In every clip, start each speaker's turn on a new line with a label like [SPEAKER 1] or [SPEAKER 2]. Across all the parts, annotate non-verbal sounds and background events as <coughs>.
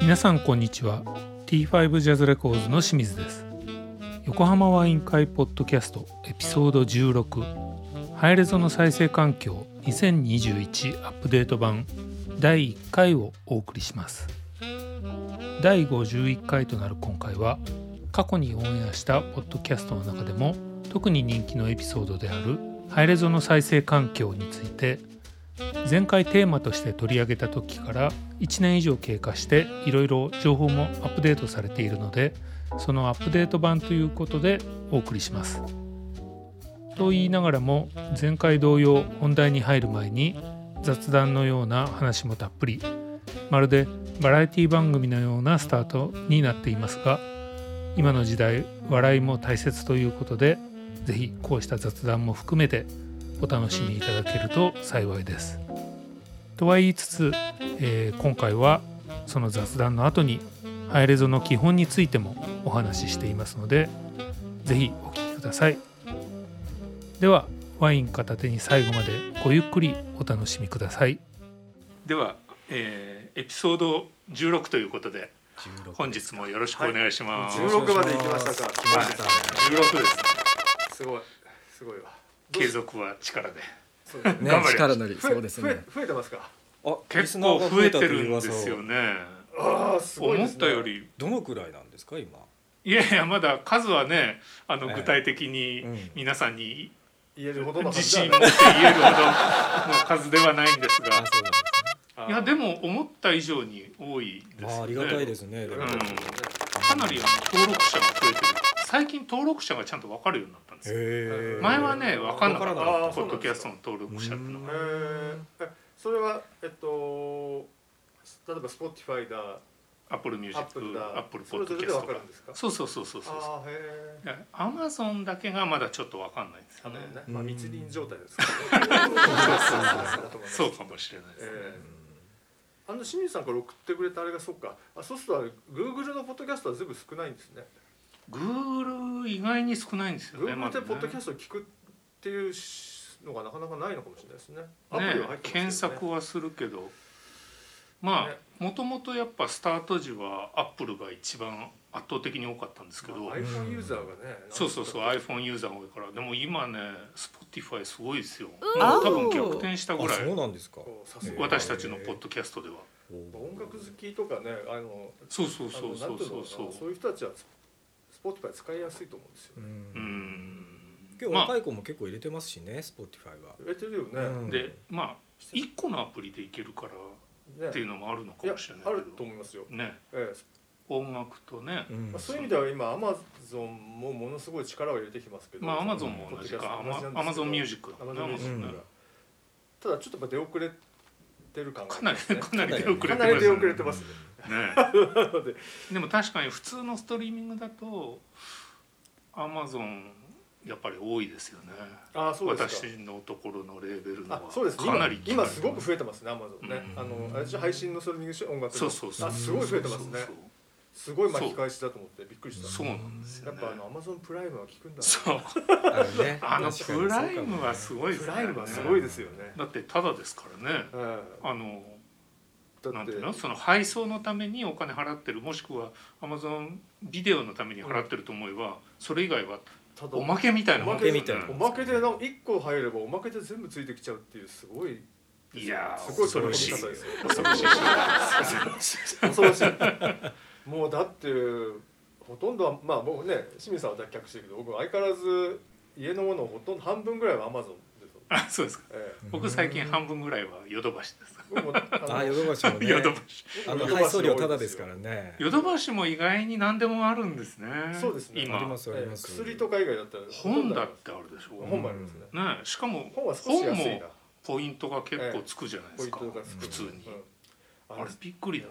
[SPEAKER 1] 皆さんこんにちは T5 ジャズレコーズの清水です横浜ワイン会ポッドキャストエピソード16ハイレゾの再生環境2021アップデート版第1回をお送りします第51回となる今回は過去にオンエアしたポッドキャストの中でも特に人気のエピソードであるハイレゾの再生環境について前回テーマとして取り上げた時から1年以上経過していろいろ情報もアップデートされているのでそのアップデート版ということでお送りします。と言いながらも前回同様本題に入る前に雑談のような話もたっぷりまるでバラエティ番組のようなスタートになっていますが今の時代笑いも大切ということでぜひこうした雑談も含めてお楽しみいただけると幸いです。とは言いつつ、えー今回はその雑談の後にハイレゾの基本についてもお話ししていますのでぜひお聞きください。ではワイン片手に最後までごゆっくりお楽しみください。では、エピソード16ということで本日もよろしくお願いします。
[SPEAKER 2] はい16まで行きましたか
[SPEAKER 1] はい、16です。
[SPEAKER 2] すごいすごいわ
[SPEAKER 1] 継続は力で。
[SPEAKER 2] そうですね
[SPEAKER 3] ね
[SPEAKER 1] 頑張れ
[SPEAKER 3] 力なり
[SPEAKER 2] 増
[SPEAKER 3] そ
[SPEAKER 2] え
[SPEAKER 3] うです
[SPEAKER 2] 増え
[SPEAKER 3] ね
[SPEAKER 2] 増えてますか
[SPEAKER 4] あ
[SPEAKER 1] 結構増えてるんで
[SPEAKER 4] リスナーが増えたと
[SPEAKER 1] す
[SPEAKER 4] いう噂
[SPEAKER 1] よ
[SPEAKER 4] を
[SPEAKER 1] ね。
[SPEAKER 2] ああすごい
[SPEAKER 1] 思
[SPEAKER 2] で
[SPEAKER 1] っ
[SPEAKER 2] す、ね、
[SPEAKER 1] たより
[SPEAKER 4] どのくらいなんですか今
[SPEAKER 1] いやいやまだ数はねあの
[SPEAKER 4] ええ
[SPEAKER 1] 具体的に
[SPEAKER 4] うん
[SPEAKER 1] 皆さんに
[SPEAKER 2] 言えるほどの
[SPEAKER 1] 自信持
[SPEAKER 2] は
[SPEAKER 1] って言えるほどの数ではないんですが
[SPEAKER 4] そうなん
[SPEAKER 1] いやでも思った以上に多いです
[SPEAKER 4] で
[SPEAKER 1] よ
[SPEAKER 4] す
[SPEAKER 1] ね
[SPEAKER 4] あありがたいですね
[SPEAKER 1] うんかなりあの登録者が増えてる最近登録者がちゃんと分かるようになったんですよ
[SPEAKER 4] へえ
[SPEAKER 1] 前はね分かんなかっ
[SPEAKER 4] わから
[SPEAKER 1] た
[SPEAKER 4] なかった
[SPEAKER 1] ポッドキャストの登録者っていうの
[SPEAKER 2] え
[SPEAKER 1] が
[SPEAKER 2] ー、えそれはえっと例えば Spotify だ
[SPEAKER 1] アップルミュージッ
[SPEAKER 2] Apple
[SPEAKER 1] ク
[SPEAKER 2] だ
[SPEAKER 1] アップルポ
[SPEAKER 2] そ
[SPEAKER 1] ッ
[SPEAKER 2] れ
[SPEAKER 1] ド
[SPEAKER 2] ぞ
[SPEAKER 1] キ
[SPEAKER 2] れ
[SPEAKER 1] ャ
[SPEAKER 2] で
[SPEAKER 1] ス
[SPEAKER 2] わ
[SPEAKER 1] ト
[SPEAKER 2] か
[SPEAKER 1] が
[SPEAKER 2] るんですか
[SPEAKER 1] そうそうそうそうそうそう
[SPEAKER 2] ああへえ
[SPEAKER 1] アマゾンだけがまだちょっと分かんないんです
[SPEAKER 2] あ
[SPEAKER 1] よ
[SPEAKER 2] の
[SPEAKER 1] ね
[SPEAKER 2] ね、まあ、
[SPEAKER 4] うん
[SPEAKER 2] 密林状態ですからね
[SPEAKER 1] そううかもしれないですね、
[SPEAKER 2] えー、あの清水さんから送ってくれたあれがそっかあそうするとあれ Google のポッドキャストは全部少ないんですね
[SPEAKER 1] Google 意外に少ないんですよね。
[SPEAKER 2] Google でポッドキャ
[SPEAKER 1] ス
[SPEAKER 2] ストを聞くっていうのがなかなかないのかもしれないですね。ア
[SPEAKER 1] ね
[SPEAKER 2] プリは
[SPEAKER 1] ね
[SPEAKER 2] 入っ、てま
[SPEAKER 1] 検
[SPEAKER 2] すけどね
[SPEAKER 1] 索はするけど、ま
[SPEAKER 2] ね
[SPEAKER 1] あもともとやっぱスタート時は Apple が一番圧倒的に多かったんですけど、
[SPEAKER 2] まあ iPhone ユーザーがね。
[SPEAKER 1] そうそうそう
[SPEAKER 2] なんか
[SPEAKER 1] iPhone ユーザーが多いから、でも今ね Spotify すごいですよ。もう多分逆転したぐ
[SPEAKER 4] あ
[SPEAKER 1] ら
[SPEAKER 4] そう
[SPEAKER 1] い。
[SPEAKER 4] なんですか
[SPEAKER 2] こうさすが
[SPEAKER 1] 私たちのポッドキャストでは。
[SPEAKER 2] 音楽好きとかねあの
[SPEAKER 1] そうそう
[SPEAKER 2] あ
[SPEAKER 1] そ
[SPEAKER 2] の
[SPEAKER 1] うそ
[SPEAKER 2] なん
[SPEAKER 1] う
[SPEAKER 2] てい
[SPEAKER 1] そう
[SPEAKER 2] の
[SPEAKER 1] そ
[SPEAKER 2] か
[SPEAKER 1] う
[SPEAKER 2] な。そういう人たちは Spotify 使いやすいと思うんですよ
[SPEAKER 4] う。
[SPEAKER 1] うんん。
[SPEAKER 4] 今日若い子も結構入れてますしね Spotify は
[SPEAKER 2] 売れてるよね。
[SPEAKER 4] うん
[SPEAKER 1] でまあ一個のアプリでいけるから
[SPEAKER 2] ね
[SPEAKER 1] っていうのもあるの
[SPEAKER 2] い
[SPEAKER 1] か
[SPEAKER 2] や
[SPEAKER 1] もしれない
[SPEAKER 2] あ
[SPEAKER 1] け
[SPEAKER 2] ると
[SPEAKER 1] ど。
[SPEAKER 2] 思いますよ。
[SPEAKER 1] ね、
[SPEAKER 2] ええ
[SPEAKER 1] 音楽とね。
[SPEAKER 4] うん
[SPEAKER 2] まあ、そういう意味では今 Amazon もものすごい力を入れてきますけど。
[SPEAKER 1] まあアマゾン
[SPEAKER 2] ポ
[SPEAKER 1] も
[SPEAKER 2] ッ
[SPEAKER 1] 同
[SPEAKER 2] ド
[SPEAKER 1] じ
[SPEAKER 2] キャス
[SPEAKER 1] か
[SPEAKER 2] ト同じなんですけど
[SPEAKER 1] アマゾンミュージックだ
[SPEAKER 2] ア
[SPEAKER 1] も
[SPEAKER 2] マ
[SPEAKER 1] ん
[SPEAKER 2] ゾ
[SPEAKER 1] ね
[SPEAKER 2] ンミュージ
[SPEAKER 4] う
[SPEAKER 2] ッ
[SPEAKER 4] ん
[SPEAKER 2] クがただちょっとやっぱ出遅れてる感があ
[SPEAKER 1] か
[SPEAKER 2] り
[SPEAKER 1] な
[SPEAKER 2] ま
[SPEAKER 1] り
[SPEAKER 2] すね
[SPEAKER 1] かなり出遅れ
[SPEAKER 2] か
[SPEAKER 1] てま
[SPEAKER 2] なり
[SPEAKER 1] す
[SPEAKER 2] 出
[SPEAKER 1] よ
[SPEAKER 2] 遅
[SPEAKER 1] ね
[SPEAKER 2] れてます。 <laughs>
[SPEAKER 1] ねでも確かに普通のストリーミングだとアマゾンやっぱり多いですよね
[SPEAKER 2] ああそうです
[SPEAKER 1] 私
[SPEAKER 2] か。
[SPEAKER 1] のところのレーベルの
[SPEAKER 2] あ
[SPEAKER 1] は
[SPEAKER 2] そうです
[SPEAKER 1] かなり
[SPEAKER 2] 今今すごく増えてますね Amazon ね、
[SPEAKER 1] うん
[SPEAKER 2] あのあれでしょ配信のストリーミングし音楽の
[SPEAKER 1] そうそうそう
[SPEAKER 2] あすごい増えてますねすごい巻き返しだと思ってびっくりした
[SPEAKER 1] そうそうなんですよ
[SPEAKER 2] やっ
[SPEAKER 1] ね
[SPEAKER 2] ぱあの Amazon プライムは効くんだな
[SPEAKER 1] そう
[SPEAKER 4] あのね
[SPEAKER 1] あの
[SPEAKER 4] 確かに
[SPEAKER 1] プライムはすごいです
[SPEAKER 2] プ
[SPEAKER 1] ね
[SPEAKER 2] ライムはすごいですよね、
[SPEAKER 1] だってタダですからね
[SPEAKER 2] うん
[SPEAKER 1] あの
[SPEAKER 2] だ
[SPEAKER 1] な
[SPEAKER 2] っ
[SPEAKER 1] ん
[SPEAKER 2] て
[SPEAKER 1] ていうのその配送のためにお金払ってるもしくはアマゾンビデオのために払ってると思えば、それ以外は
[SPEAKER 2] ただ
[SPEAKER 1] おまけみたいなもん
[SPEAKER 2] おま
[SPEAKER 1] で
[SPEAKER 2] け
[SPEAKER 4] み
[SPEAKER 1] す
[SPEAKER 4] た
[SPEAKER 1] よ
[SPEAKER 4] い
[SPEAKER 1] ね
[SPEAKER 4] な
[SPEAKER 2] おまけでなんか一個入ればおまけで全部ついてきちゃうっていうすごい
[SPEAKER 1] いやー
[SPEAKER 2] すごい
[SPEAKER 1] 恐ろしい
[SPEAKER 2] 喜び方ですよ
[SPEAKER 1] 恐ろしい
[SPEAKER 2] 恐ろしいもうだってほとんどはまあ僕ね清水さんは脱却してるけど僕相変わらず家のものをほとんど半分ぐらいは Amazon ですよ、
[SPEAKER 1] あそうですか
[SPEAKER 2] ええ
[SPEAKER 1] 僕最近半分ぐらいはヨドバシです
[SPEAKER 2] 僕もの
[SPEAKER 4] あヨドバシもね
[SPEAKER 1] <laughs> ヨドバシ
[SPEAKER 4] あの配送料タダですからね
[SPEAKER 1] ヨドバシも意外に何でもあるんですね
[SPEAKER 2] そうですね
[SPEAKER 1] 今
[SPEAKER 4] ありますあります
[SPEAKER 2] 薬とか以外だったら
[SPEAKER 1] 本だってあるでしょ
[SPEAKER 2] 本もありますね、
[SPEAKER 1] ねしかも
[SPEAKER 2] 本は少し
[SPEAKER 1] 本
[SPEAKER 2] 安い
[SPEAKER 1] も
[SPEAKER 2] な
[SPEAKER 1] ポイントが結構つくじゃないで
[SPEAKER 2] ポイン
[SPEAKER 1] す
[SPEAKER 2] ト
[SPEAKER 1] か
[SPEAKER 2] が
[SPEAKER 1] 普通に、
[SPEAKER 2] あ
[SPEAKER 1] あれびっくりだ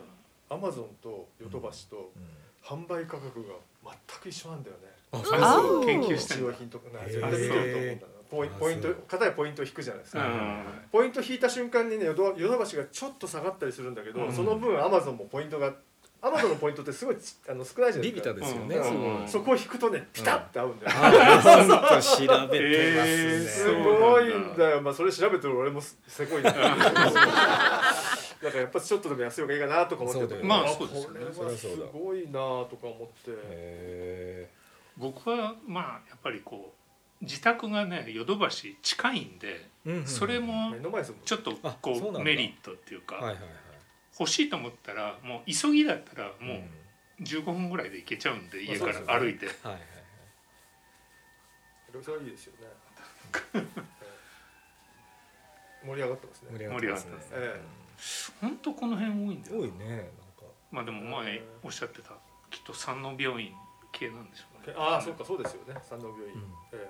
[SPEAKER 2] アマゾンとヨドバシと
[SPEAKER 4] うん
[SPEAKER 2] 販売価格が全く一緒なんだよね
[SPEAKER 4] あ
[SPEAKER 1] あ
[SPEAKER 4] そう
[SPEAKER 1] そう研究して
[SPEAKER 2] 日
[SPEAKER 1] ん
[SPEAKER 2] 用
[SPEAKER 1] だ
[SPEAKER 2] 品とかね
[SPEAKER 4] へー
[SPEAKER 2] あれ見てると思うんだなポイ
[SPEAKER 4] あー
[SPEAKER 2] ポイント
[SPEAKER 4] そう
[SPEAKER 2] 片やポイントを引くじゃないです
[SPEAKER 5] うん
[SPEAKER 2] か、ポイント引いた瞬間にねヨドヨドバシがちょっと下がったりするんだけど、
[SPEAKER 5] うん
[SPEAKER 2] その分アマゾンもポイントがアマゾンのポイントってすごいちあの少ないじゃない
[SPEAKER 4] ビビ
[SPEAKER 2] ですか
[SPEAKER 4] タですよね、
[SPEAKER 5] うん
[SPEAKER 4] すごい
[SPEAKER 5] うん
[SPEAKER 2] そこを引くとねピタッて合うんだよ、
[SPEAKER 4] ああ、ちょっと調べてますね。
[SPEAKER 5] えー
[SPEAKER 2] す
[SPEAKER 5] そうなんだ
[SPEAKER 2] ごいんだよまあそれ調べてる俺もすせこいん
[SPEAKER 5] <laughs>
[SPEAKER 2] だけどだからやっぱちょっとでも安い方がいいかなとか思って
[SPEAKER 4] そうだよ
[SPEAKER 2] て
[SPEAKER 4] ね
[SPEAKER 5] まあそうですよね
[SPEAKER 2] これはすごいなとか思って、
[SPEAKER 4] へ
[SPEAKER 5] 僕はまあやっぱりこう自宅がねヨドバシ近いんで、
[SPEAKER 4] ーうんうん
[SPEAKER 5] それも
[SPEAKER 2] 目の前ですもん
[SPEAKER 5] ちょっと
[SPEAKER 4] あ
[SPEAKER 5] こ
[SPEAKER 4] そうなん
[SPEAKER 5] う
[SPEAKER 4] だ
[SPEAKER 5] メリットっていうか、
[SPEAKER 4] はいはいはい。
[SPEAKER 5] 欲しいと思ったらもう急ぎだったらも
[SPEAKER 4] ん
[SPEAKER 5] う15分ぐらいで行けちゃうんで、
[SPEAKER 4] まあ
[SPEAKER 5] 家から
[SPEAKER 4] そうですよね
[SPEAKER 5] 歩いて、
[SPEAKER 4] はいはい
[SPEAKER 2] それはいいですよねえー盛り上がってますね
[SPEAKER 4] 盛り上がってますね。
[SPEAKER 2] 盛り上がって
[SPEAKER 5] ほんとこの辺多いんだ
[SPEAKER 4] うん
[SPEAKER 5] よ
[SPEAKER 4] 多いねなんか。
[SPEAKER 5] まあでも前おっしゃってたきっと山王病院系なんでしょうね
[SPEAKER 2] ああそうかそうですよね山王病院、
[SPEAKER 4] うん
[SPEAKER 2] ええ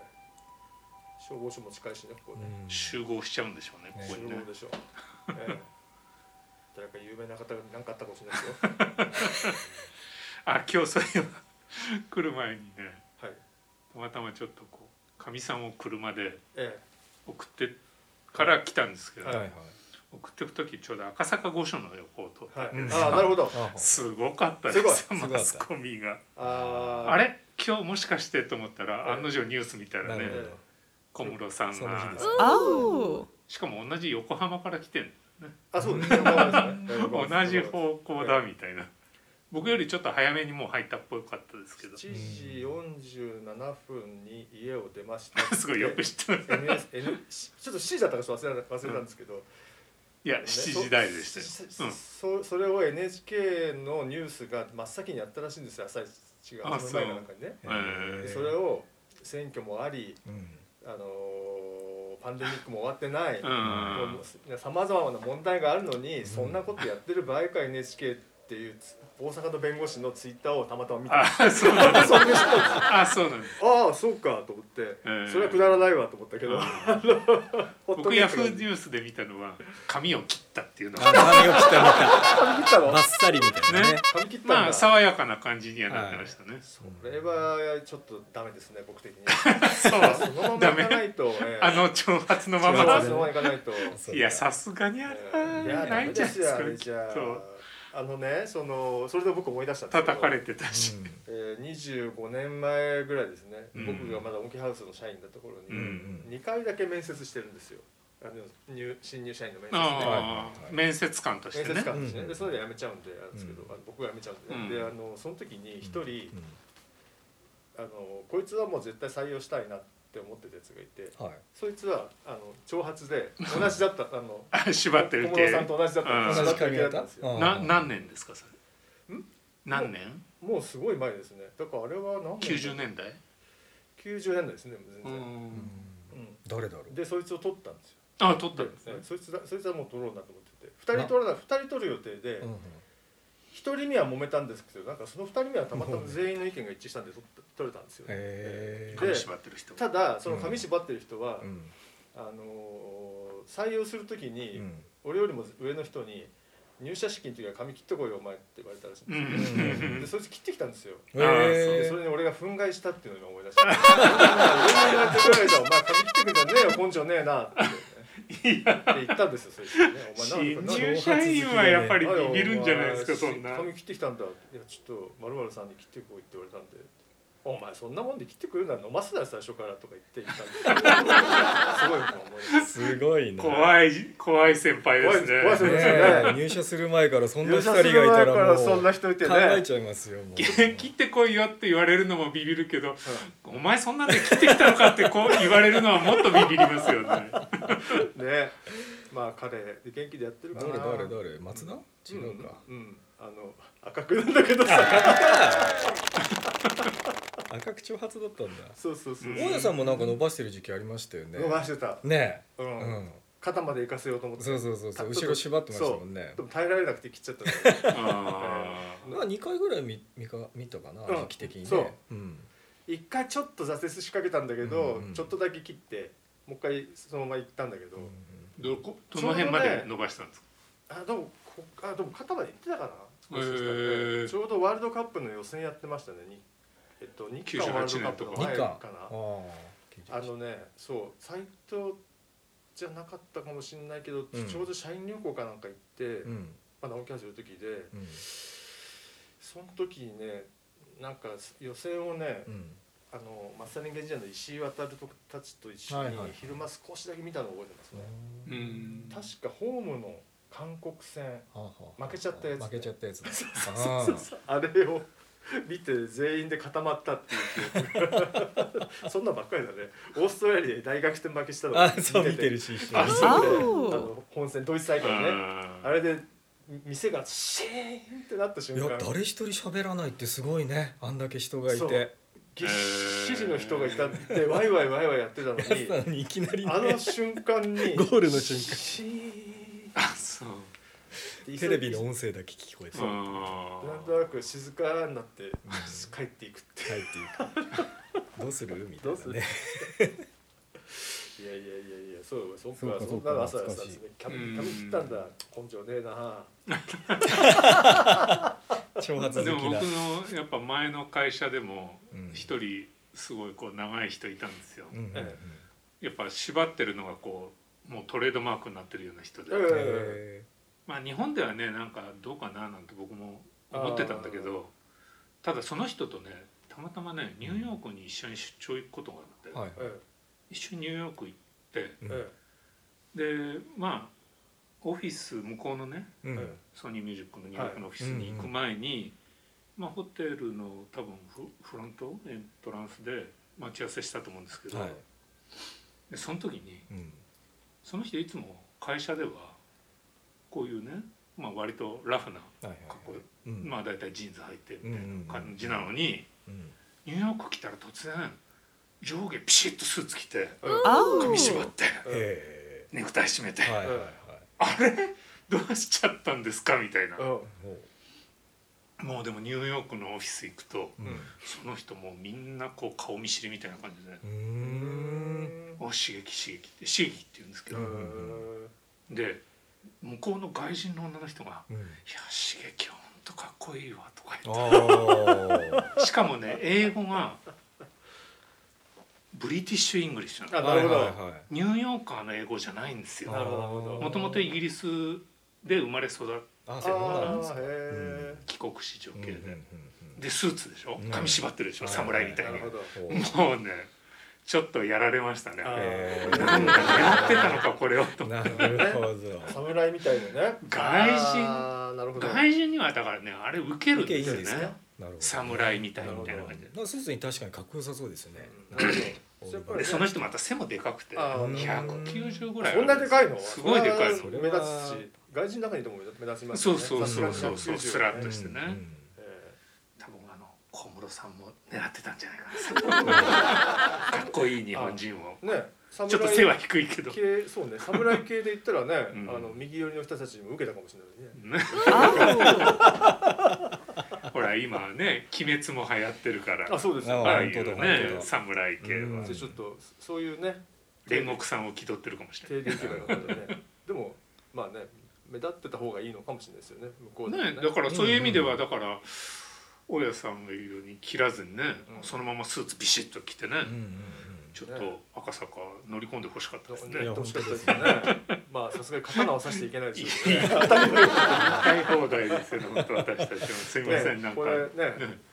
[SPEAKER 2] 消防署も近いしねここね、
[SPEAKER 4] うん
[SPEAKER 5] 集合しちゃうんでしょうね
[SPEAKER 4] ね
[SPEAKER 5] ここにね
[SPEAKER 2] 集合でしょう、ええ誰か有名な方が何かあったかもしれないですよ
[SPEAKER 5] あ今日そういえば来る前にね
[SPEAKER 2] はい
[SPEAKER 5] たまたまちょっとこうかみさんを車で
[SPEAKER 2] え
[SPEAKER 5] 送ってから来たんですけど、
[SPEAKER 4] はいはい。
[SPEAKER 5] 送ってく時ちょうど赤坂御所の横を通っ
[SPEAKER 2] え
[SPEAKER 5] て、
[SPEAKER 2] はい、
[SPEAKER 4] うん
[SPEAKER 2] ああなるほど
[SPEAKER 4] あ
[SPEAKER 5] すごかったです
[SPEAKER 4] すごいすごかった
[SPEAKER 5] マスコミが
[SPEAKER 2] ああ
[SPEAKER 5] あれ今日もしかしてと思ったら
[SPEAKER 2] はい
[SPEAKER 5] 案の定ニュース見たらね
[SPEAKER 4] なるほど
[SPEAKER 5] 小室さん
[SPEAKER 4] その日
[SPEAKER 5] が
[SPEAKER 4] です
[SPEAKER 3] お
[SPEAKER 5] しかも同じ横浜から来てん
[SPEAKER 2] あそうですね横浜ですね
[SPEAKER 5] <laughs> 同
[SPEAKER 2] <laughs>
[SPEAKER 5] じ方向だみたいな僕よりちょっと早めにもう入ったっぽかったですけど
[SPEAKER 2] 7時47分に家を出ました
[SPEAKER 5] <laughs> すごいよく知ってる
[SPEAKER 2] NS N しちょっと C だったかちょっと忘れた忘れたんですけど、
[SPEAKER 5] いや7時台でした
[SPEAKER 2] そ
[SPEAKER 5] よ、うん
[SPEAKER 2] そそれを NHK のニュースが真っ先にやったらしいんですよ朝一が
[SPEAKER 5] あ
[SPEAKER 2] その前なんかにね
[SPEAKER 5] えー
[SPEAKER 2] でそれを選挙もあり、
[SPEAKER 4] うん
[SPEAKER 2] あのーパンデミックも終わってない
[SPEAKER 5] うん
[SPEAKER 2] さまざまな問題があるのに、そんなことやってる場合か NHK っていうつ大阪の弁護士のツイッターをたまたま見て
[SPEAKER 5] あそうなんだ
[SPEAKER 2] そんな人が
[SPEAKER 5] あそうなんだ
[SPEAKER 2] <laughs> ああそうかと思って、
[SPEAKER 5] え
[SPEAKER 2] それはくだらないわと思ったけど、ホット
[SPEAKER 5] 僕
[SPEAKER 2] ケー
[SPEAKER 5] ヤ
[SPEAKER 2] キ
[SPEAKER 5] フ
[SPEAKER 2] が
[SPEAKER 5] ーニュースで見たのは髪を切ったっていうの
[SPEAKER 4] あ
[SPEAKER 5] が
[SPEAKER 4] 髪を切ったみた
[SPEAKER 2] 髪切った
[SPEAKER 4] い。
[SPEAKER 2] の
[SPEAKER 4] バッサリみたいなね
[SPEAKER 5] ね。
[SPEAKER 2] 髪切ったんだ、
[SPEAKER 5] まあ爽やかな感じにはなってましたね、
[SPEAKER 2] これはちょっとダメですね僕的に
[SPEAKER 5] そう
[SPEAKER 2] そのままいかないと、ええ
[SPEAKER 5] あの挑発のま
[SPEAKER 2] ま
[SPEAKER 5] ま
[SPEAKER 2] あそのままいかない
[SPEAKER 5] <laughs>
[SPEAKER 2] と、
[SPEAKER 4] そう
[SPEAKER 5] いやさすがにあれ
[SPEAKER 2] ええい
[SPEAKER 5] は
[SPEAKER 2] や
[SPEAKER 5] な
[SPEAKER 2] ダ
[SPEAKER 5] い
[SPEAKER 2] メ
[SPEAKER 5] んじゃ
[SPEAKER 2] で
[SPEAKER 5] ない
[SPEAKER 2] すよあ
[SPEAKER 5] で
[SPEAKER 2] れ
[SPEAKER 5] す
[SPEAKER 2] じ
[SPEAKER 5] か
[SPEAKER 2] ゃ
[SPEAKER 5] きっと
[SPEAKER 2] ああのねそのそれで僕思い出したんですけど
[SPEAKER 5] 叩かれてたし、
[SPEAKER 4] う
[SPEAKER 2] えー、25年前ぐらいですね、
[SPEAKER 5] うん
[SPEAKER 2] 僕がまだオンキハウスの社員だった頃
[SPEAKER 5] うん
[SPEAKER 2] に、二2回だけ面接してるんですよあの入新入社員の面接ね
[SPEAKER 5] ああ、
[SPEAKER 4] はいはい
[SPEAKER 5] 面接官として
[SPEAKER 2] 面
[SPEAKER 5] ね
[SPEAKER 2] 接官ですね、
[SPEAKER 4] うん
[SPEAKER 2] でそれで辞めちゃうんであれですけど、
[SPEAKER 4] うん
[SPEAKER 2] あの僕が辞めちゃうんで、
[SPEAKER 5] うん
[SPEAKER 2] であのその時に一人、
[SPEAKER 4] ん
[SPEAKER 2] あのこいつはもう絶対採用したいなって思ってたやつがいて
[SPEAKER 4] うんはい。
[SPEAKER 2] そいつはあの挑発
[SPEAKER 5] <laughs>
[SPEAKER 2] で同じだったあの
[SPEAKER 5] あ <laughs> 縛ってる
[SPEAKER 2] 小室さん
[SPEAKER 5] 系
[SPEAKER 2] と同じだった、
[SPEAKER 5] うん
[SPEAKER 2] 同じ関係だったんですよ
[SPEAKER 4] うん
[SPEAKER 5] な何年ですかそれ
[SPEAKER 2] ん
[SPEAKER 5] 何年
[SPEAKER 2] もうすごい前ですねだからあれは何年
[SPEAKER 5] 90年代
[SPEAKER 2] 90年代ですね全
[SPEAKER 5] う
[SPEAKER 2] 然、
[SPEAKER 5] ん
[SPEAKER 4] 誰だろ
[SPEAKER 2] うんでそいつを取ったんですよ
[SPEAKER 5] あ取ったんですね
[SPEAKER 2] でそいつだそいつはもう取ろうなと思ってて2人取らない2人取る予定で
[SPEAKER 4] う。うん
[SPEAKER 2] 1人目は揉めたんですけどなんかその2人目はたまたま全員の意見が一致したんで取った取れたんですよ、
[SPEAKER 4] へ
[SPEAKER 2] で
[SPEAKER 5] 紙縛ってる人
[SPEAKER 2] ただその紙縛ってる人は、
[SPEAKER 4] ーうん
[SPEAKER 2] あのー採用するときに、
[SPEAKER 4] うん
[SPEAKER 2] 俺よりも上の人に入社式の時は髪切ってこいよお前って言われたらしいん
[SPEAKER 5] う
[SPEAKER 2] ですよ、
[SPEAKER 5] ん
[SPEAKER 2] でそいつ切ってきたんですよ
[SPEAKER 4] へー
[SPEAKER 2] でそれに俺が憤慨したっていうのを今思い出
[SPEAKER 5] <laughs>
[SPEAKER 2] した。俺が手伝いだお前髪切ってくんじゃねえよ根性ねえなって、ね。って言ったんですよそいつにね。お前な
[SPEAKER 5] 新
[SPEAKER 2] んか
[SPEAKER 5] 入社員はやっぱり
[SPEAKER 2] なんか
[SPEAKER 5] ビビるんじゃないですか
[SPEAKER 2] お
[SPEAKER 5] そ
[SPEAKER 2] 前
[SPEAKER 5] んな
[SPEAKER 2] 髪切ってきたんだ。いやちょっとまるまるさんに切ってこいって言われたんで。お前そんなもんで切ってくるなら飲ませない最初からとか言って言ったん <laughs> ですよ。すごい今思い出
[SPEAKER 4] すごい
[SPEAKER 2] す。
[SPEAKER 4] ね。
[SPEAKER 5] 怖い怖い先輩ですね
[SPEAKER 2] 怖い怖い先
[SPEAKER 4] ね
[SPEAKER 2] 輩
[SPEAKER 4] え入社する前から
[SPEAKER 5] <laughs>
[SPEAKER 4] そんな二人がいた
[SPEAKER 2] 入社する前
[SPEAKER 4] ら
[SPEAKER 2] から
[SPEAKER 4] もう
[SPEAKER 2] そんな人いてね
[SPEAKER 4] 考えちゃいますよもう
[SPEAKER 5] <laughs> 切ってこいよって言われるのもビビるけどお前そんなんで切ってきたのかってこう言われるのはもっとビビりますよね
[SPEAKER 2] ね。まあ彼元気でやってるかな。
[SPEAKER 4] 誰誰誰松田違
[SPEAKER 2] うん
[SPEAKER 4] うか
[SPEAKER 2] うん。あの赤くなんだけどさ。
[SPEAKER 4] 赤く長髪だったんだ
[SPEAKER 2] そうそうそう。
[SPEAKER 4] 大家さんもなんか伸ばしてる時期ありましたよね
[SPEAKER 2] 伸ばしてた。
[SPEAKER 4] ね
[SPEAKER 2] う
[SPEAKER 4] え
[SPEAKER 2] ん
[SPEAKER 4] うん
[SPEAKER 2] 肩まで行かせようと思って
[SPEAKER 4] そうそうそうそう後ろ縛ってましたもんね
[SPEAKER 2] そうでも耐えられなくて切っちゃった
[SPEAKER 4] <laughs>
[SPEAKER 2] の
[SPEAKER 5] あ
[SPEAKER 4] なんか二回ぐらい見見か見たかな
[SPEAKER 2] うん
[SPEAKER 4] 時期的にね
[SPEAKER 2] そう
[SPEAKER 4] うん
[SPEAKER 2] 一回ちょっと挫折しかけたんだけど、
[SPEAKER 4] うんうん
[SPEAKER 2] ちょっとだけ切ってもう一回そのまま行ったんだけど、
[SPEAKER 5] ーどこどの辺まで伸ばしたんですか
[SPEAKER 2] あでもこあでも肩まで行ってたかな
[SPEAKER 5] へー
[SPEAKER 2] ちょうどワールドカップの予選やってましたねにえっと、日韓ワールドカップの
[SPEAKER 5] 98
[SPEAKER 4] 二巻
[SPEAKER 2] 前か
[SPEAKER 4] あ
[SPEAKER 2] な
[SPEAKER 4] あ聞いて
[SPEAKER 2] あ
[SPEAKER 4] ました
[SPEAKER 2] のねそうサイトじゃなかったかもしれないけど、
[SPEAKER 4] うん
[SPEAKER 2] ちょうど社員旅行かなんか行って、
[SPEAKER 4] うん
[SPEAKER 2] まあ、直木橋いる時で
[SPEAKER 4] うん
[SPEAKER 2] その時にねなんか予選をね、
[SPEAKER 4] うん
[SPEAKER 2] あのマスタリングエンジニアの石井渡とたちと一緒
[SPEAKER 4] はい
[SPEAKER 2] に
[SPEAKER 4] はいはい
[SPEAKER 2] 昼間少しだけ見たのを覚えてますね、
[SPEAKER 1] うん
[SPEAKER 2] 確かホームの韓国戦
[SPEAKER 4] はあはあ
[SPEAKER 2] 負けちゃったやつね
[SPEAKER 4] 負けちゃったやつだ
[SPEAKER 2] <laughs> そうそうあれを <laughs> 見て全員で固まったっていう記憶 <laughs> そんなんばっかりだねオーストラリアで大学戦負けしたの
[SPEAKER 4] あーあそう見てるし一緒
[SPEAKER 2] あ
[SPEAKER 4] に
[SPEAKER 2] そうね
[SPEAKER 3] 青
[SPEAKER 2] あの本戦ドイツ大会ねあれで店がシーンってなった瞬
[SPEAKER 4] いや
[SPEAKER 2] 間
[SPEAKER 4] 誰一人喋らないってすごいねあんだけ人 <laughs> がい
[SPEAKER 2] そう
[SPEAKER 4] て
[SPEAKER 2] ぎっしりの人がいたってワイワイワイワイやってたのに
[SPEAKER 4] なのにいきなりね
[SPEAKER 2] あの瞬間に
[SPEAKER 4] ゴールの瞬間
[SPEAKER 2] シーン
[SPEAKER 5] あそう
[SPEAKER 2] って
[SPEAKER 4] テレビの音声だけ聞こえてた
[SPEAKER 5] あ
[SPEAKER 2] なんとなく静かになって帰っていくっ
[SPEAKER 4] 帰っていくどう
[SPEAKER 2] <laughs>
[SPEAKER 4] するみたい
[SPEAKER 2] どうす
[SPEAKER 4] な
[SPEAKER 2] る
[SPEAKER 4] ね
[SPEAKER 2] ていやいやいやいやそうそっかそ
[SPEAKER 6] そうかそうんか
[SPEAKER 2] なの朝やさ
[SPEAKER 6] 懐かしい
[SPEAKER 2] 髪髪切ったんだ根性ねえな
[SPEAKER 4] 挑発
[SPEAKER 5] で
[SPEAKER 4] 的
[SPEAKER 5] も僕
[SPEAKER 4] な
[SPEAKER 5] のやっぱ前の会社でも
[SPEAKER 4] うん
[SPEAKER 5] 一人すごいこう長い人いたんですよ、
[SPEAKER 4] うんうんうん
[SPEAKER 2] え
[SPEAKER 5] やっぱ縛ってるのがこうもうトレードマークになってるような人で、
[SPEAKER 2] うん
[SPEAKER 4] へ
[SPEAKER 5] まあ日本ではねなんかどうかななんて僕も思ってたんだけどただその人とねたまたまねニューヨークに一緒に出張行くことがあって、
[SPEAKER 4] ーはい
[SPEAKER 2] え
[SPEAKER 5] 一緒にニューヨーク行って
[SPEAKER 4] うん
[SPEAKER 2] え
[SPEAKER 5] でまあオフィス向こうのね
[SPEAKER 4] うん
[SPEAKER 2] え
[SPEAKER 5] ソニーミュージックのニューヨークのオフィスに行く前に、まあ、ホテルの多分フフロントエントランスで待ち合わせしたと思うんですけど、
[SPEAKER 4] はい
[SPEAKER 5] でその時に
[SPEAKER 4] うん
[SPEAKER 5] その人いつも会社ではこういうね、まあ、割とラフな
[SPEAKER 4] はいはい
[SPEAKER 5] 格好、
[SPEAKER 4] うん
[SPEAKER 5] まあ大体ジーンズ履いてみたい
[SPEAKER 4] うんうんうん
[SPEAKER 5] な感じなのに、
[SPEAKER 4] うん
[SPEAKER 5] ニューヨーク来たら突然上下ピシッとスーツ着て
[SPEAKER 3] 青
[SPEAKER 5] 髪縛って
[SPEAKER 4] へ
[SPEAKER 5] ネクタイ締めて、
[SPEAKER 4] えはいはいはい
[SPEAKER 5] あれどうしちゃったんですかみたいな
[SPEAKER 2] うん
[SPEAKER 4] もう
[SPEAKER 5] もうでもニューヨークのオフィス行くと
[SPEAKER 4] うん
[SPEAKER 5] その人もうみんなこう顔見知りみたいな感じで
[SPEAKER 4] うー
[SPEAKER 2] うんん
[SPEAKER 5] お刺激刺激って刺激って言うんですけど、
[SPEAKER 2] うん
[SPEAKER 5] で向こうの外人の女の人が「
[SPEAKER 4] うん
[SPEAKER 5] いや刺激ほんとかっこいいわ」とか
[SPEAKER 4] あ
[SPEAKER 5] 言っ
[SPEAKER 4] ー
[SPEAKER 5] てしかもね英語がブリティッシュ・イングリッシュな
[SPEAKER 2] <laughs>
[SPEAKER 5] の
[SPEAKER 2] あなるほど
[SPEAKER 4] はいはいはい
[SPEAKER 5] ニューヨーカーの英語じゃないんですよ
[SPEAKER 2] なるほどなるほど
[SPEAKER 5] もともとイギリスで生まれ育っ
[SPEAKER 4] あ
[SPEAKER 2] あ
[SPEAKER 4] そうなんで
[SPEAKER 2] ー
[SPEAKER 4] すか
[SPEAKER 2] へ
[SPEAKER 5] 帰国子女
[SPEAKER 4] うん
[SPEAKER 5] 系で、
[SPEAKER 4] うんうん
[SPEAKER 5] でスーツでしょ
[SPEAKER 4] うん
[SPEAKER 5] 髪縛ってるでしょ、
[SPEAKER 4] はい
[SPEAKER 5] 侍み
[SPEAKER 2] え
[SPEAKER 5] たい
[SPEAKER 2] な
[SPEAKER 5] に
[SPEAKER 2] るほど
[SPEAKER 4] うんほ
[SPEAKER 5] もうねちょっとやられましたね
[SPEAKER 2] あー
[SPEAKER 4] へー
[SPEAKER 5] なんだ <laughs> やってたのかこれをと
[SPEAKER 4] うなるほど
[SPEAKER 2] 侍みたいなね
[SPEAKER 5] 外人
[SPEAKER 2] あーなるほど
[SPEAKER 5] 外人にはだからねあれウケるん
[SPEAKER 4] 受け
[SPEAKER 5] で
[SPEAKER 4] いい
[SPEAKER 5] す
[SPEAKER 4] ん
[SPEAKER 5] よ
[SPEAKER 4] ですか
[SPEAKER 5] ね
[SPEAKER 4] なるほど
[SPEAKER 5] 侍みたい
[SPEAKER 4] なるほ
[SPEAKER 5] み
[SPEAKER 4] ど
[SPEAKER 5] たいな
[SPEAKER 4] な
[SPEAKER 5] 感じで
[SPEAKER 4] んかスーツに確かにかっこよさそうですよね
[SPEAKER 2] なるほどやっぱりね
[SPEAKER 5] でその人また背もでかくて
[SPEAKER 2] あー
[SPEAKER 5] 190ぐらいあ
[SPEAKER 2] そ
[SPEAKER 5] る
[SPEAKER 2] んなでかいの
[SPEAKER 5] すごいでかいの
[SPEAKER 2] そ
[SPEAKER 5] そ
[SPEAKER 2] れ
[SPEAKER 5] れ
[SPEAKER 2] は目立つし外人の中にいても目立ちますよ
[SPEAKER 5] う
[SPEAKER 2] ね
[SPEAKER 5] そうそうそうそ
[SPEAKER 2] さ
[SPEAKER 5] うス
[SPEAKER 2] すが
[SPEAKER 5] ラ
[SPEAKER 2] に190はね
[SPEAKER 5] ッとしてね、
[SPEAKER 2] え
[SPEAKER 5] 多分あの小室さんも狙ってたんじゃない <laughs> かなかっこいい日本人を
[SPEAKER 2] えねち
[SPEAKER 5] ちょっと背は低いけど、ね、
[SPEAKER 2] 系そう
[SPEAKER 5] <laughs>
[SPEAKER 2] ね侍系で言ったらね、
[SPEAKER 5] うん
[SPEAKER 2] あの右寄りの人たちにも受けたかもしれないね
[SPEAKER 5] ほら今ね「鬼滅」も流行ってるから
[SPEAKER 2] あそうですよ
[SPEAKER 4] あ
[SPEAKER 5] ああ
[SPEAKER 2] はい
[SPEAKER 5] い
[SPEAKER 4] 本当
[SPEAKER 5] う
[SPEAKER 4] だ本当
[SPEAKER 5] ね
[SPEAKER 4] だ
[SPEAKER 5] 侍系
[SPEAKER 4] う
[SPEAKER 5] は
[SPEAKER 4] ん
[SPEAKER 2] じゃあちょっとそういうね
[SPEAKER 5] 煉獄さんを気取ってるかもしれ
[SPEAKER 2] 手でいけばよかったねでもまあね目立ってた方がいいのかもしれないですよね向こうでも
[SPEAKER 5] ない、
[SPEAKER 2] ね
[SPEAKER 5] ね、だからそういう意味で
[SPEAKER 4] う
[SPEAKER 5] は
[SPEAKER 4] ん
[SPEAKER 5] だから大家さんが言うように切らずにね、
[SPEAKER 2] うん
[SPEAKER 5] そのままスーツビシッと着てね、
[SPEAKER 4] うんうん
[SPEAKER 5] ちょっと赤坂乗り込んでほしかったですね
[SPEAKER 2] ね
[SPEAKER 4] いや
[SPEAKER 2] やってほしかったですよねまあさすがに刀を刺していけないですよね
[SPEAKER 5] <laughs> 買い放題ですよ本当私たちもすいません、
[SPEAKER 2] ね
[SPEAKER 5] なんか
[SPEAKER 2] これね